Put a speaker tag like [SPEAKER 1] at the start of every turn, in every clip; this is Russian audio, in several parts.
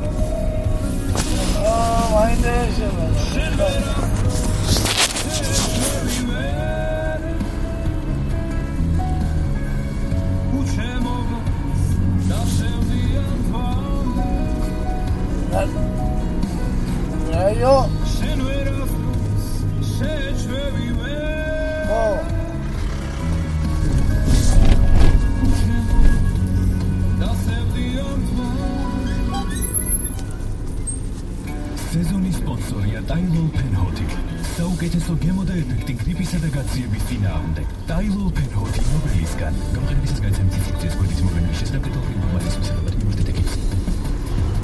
[SPEAKER 1] Oh, რაიო
[SPEAKER 2] შენ ვერ ახლოს შეჩვევიმე
[SPEAKER 1] ო
[SPEAKER 2] დასევდი ამ თვალს სეზონის სპონსორია ტაილო ფენჰოთი საუკეთესო გემო და ეფექტი გრიპისა და გაციების წინააღმდეგ ტაილო ფენჰოთი ნობელისგან გამყარებისას გაიცემით სიძის გველის მოვლენის შესახებ კეთილ ინფორმაციას მისაღებად მიმართეთ ეკიპს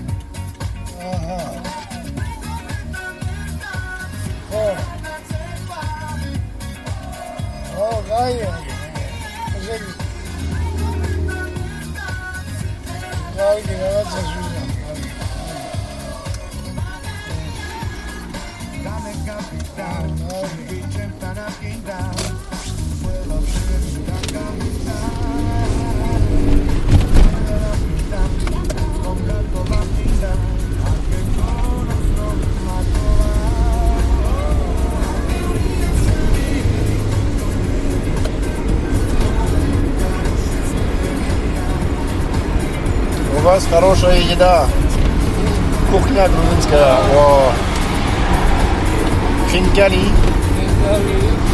[SPEAKER 1] აჰა ო ო გაია ზეგი გავიდი რაღაცა შვიდა
[SPEAKER 3] Dame capital,
[SPEAKER 1] Oh, yeah.
[SPEAKER 3] bichen para pintar. Puedo ser una capital. Con gato la pinta, aunque no nos lo mató.
[SPEAKER 1] У вас хорошая еда. Кухня грузинская. О. Хинкали.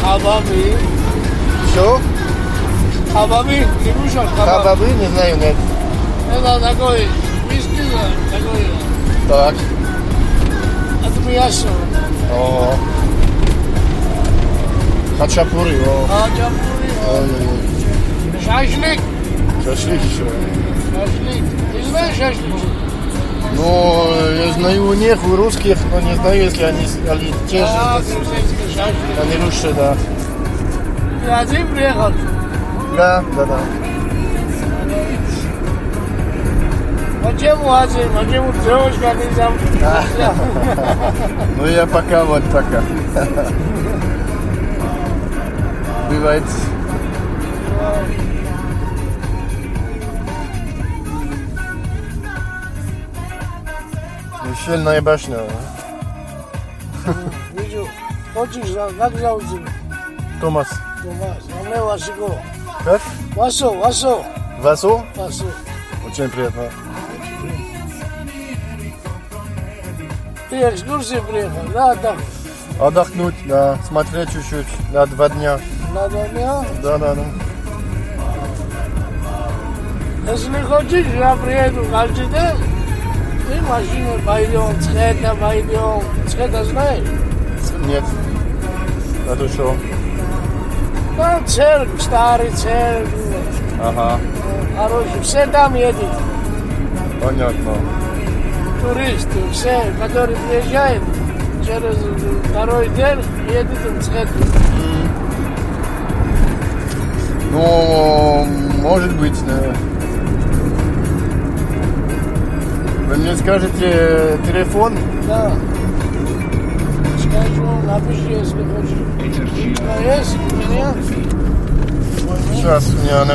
[SPEAKER 4] აბამი,
[SPEAKER 1] Все.
[SPEAKER 4] აბამი, ნიმუშა, აბამი.
[SPEAKER 1] Кабабы, не знаю, нет.
[SPEAKER 4] Это такой виски, такой
[SPEAKER 1] Так.
[SPEAKER 4] от мяса.
[SPEAKER 1] О. Хачапури. О.
[SPEAKER 4] А джамбури,
[SPEAKER 1] Ой-ой-ой.
[SPEAKER 4] шашлык,
[SPEAKER 1] Шашлык еще.
[SPEAKER 4] шашлык. Ты знаешь шашлык?
[SPEAKER 1] Ну, я знаю у них, у русских, но не знаю, если они, они те
[SPEAKER 4] А,
[SPEAKER 1] же.
[SPEAKER 4] грузинский шашлык.
[SPEAKER 1] Они лучше, да.
[SPEAKER 4] Ты один приехал?
[SPEAKER 1] Да, да, да.
[SPEAKER 4] Почему один? Почему девушка не зам?
[SPEAKER 1] Ну я пока вот пока. Бывает. Вишельная башня.
[SPEAKER 4] Вижу, хочешь, за- как зовут тебя?
[SPEAKER 1] Томас.
[SPEAKER 4] Томас, а мне Васико.
[SPEAKER 1] Как?
[SPEAKER 4] Васо, Васо,
[SPEAKER 1] Васо?
[SPEAKER 4] Васо.
[SPEAKER 1] Очень приятно.
[SPEAKER 4] Ты экскурсии приехал, да, там?
[SPEAKER 1] Отдохнуть, да, смотреть чуть-чуть, на два дня.
[SPEAKER 4] Надо меня?
[SPEAKER 1] Да, да, да.
[SPEAKER 4] Если хочешь, я приеду каждый день. И машины пойдем, цвета пойдем. Цвета знаешь?
[SPEAKER 1] Нет. А ты что?
[SPEAKER 4] Да, церковь, старый церковь.
[SPEAKER 1] Ага,
[SPEAKER 4] Хороший, все там едут.
[SPEAKER 1] понятно.
[SPEAKER 4] Туристы, все, которые приезжают, через второй день едут в церковь.
[SPEAKER 1] Ну, может быть, да. Вы мне скажете э, телефон?
[SPEAKER 4] Да. Скажу, напиши, если хочешь.
[SPEAKER 2] ეთერში
[SPEAKER 4] Да, есть у меня.
[SPEAKER 1] Сейчас, у меня на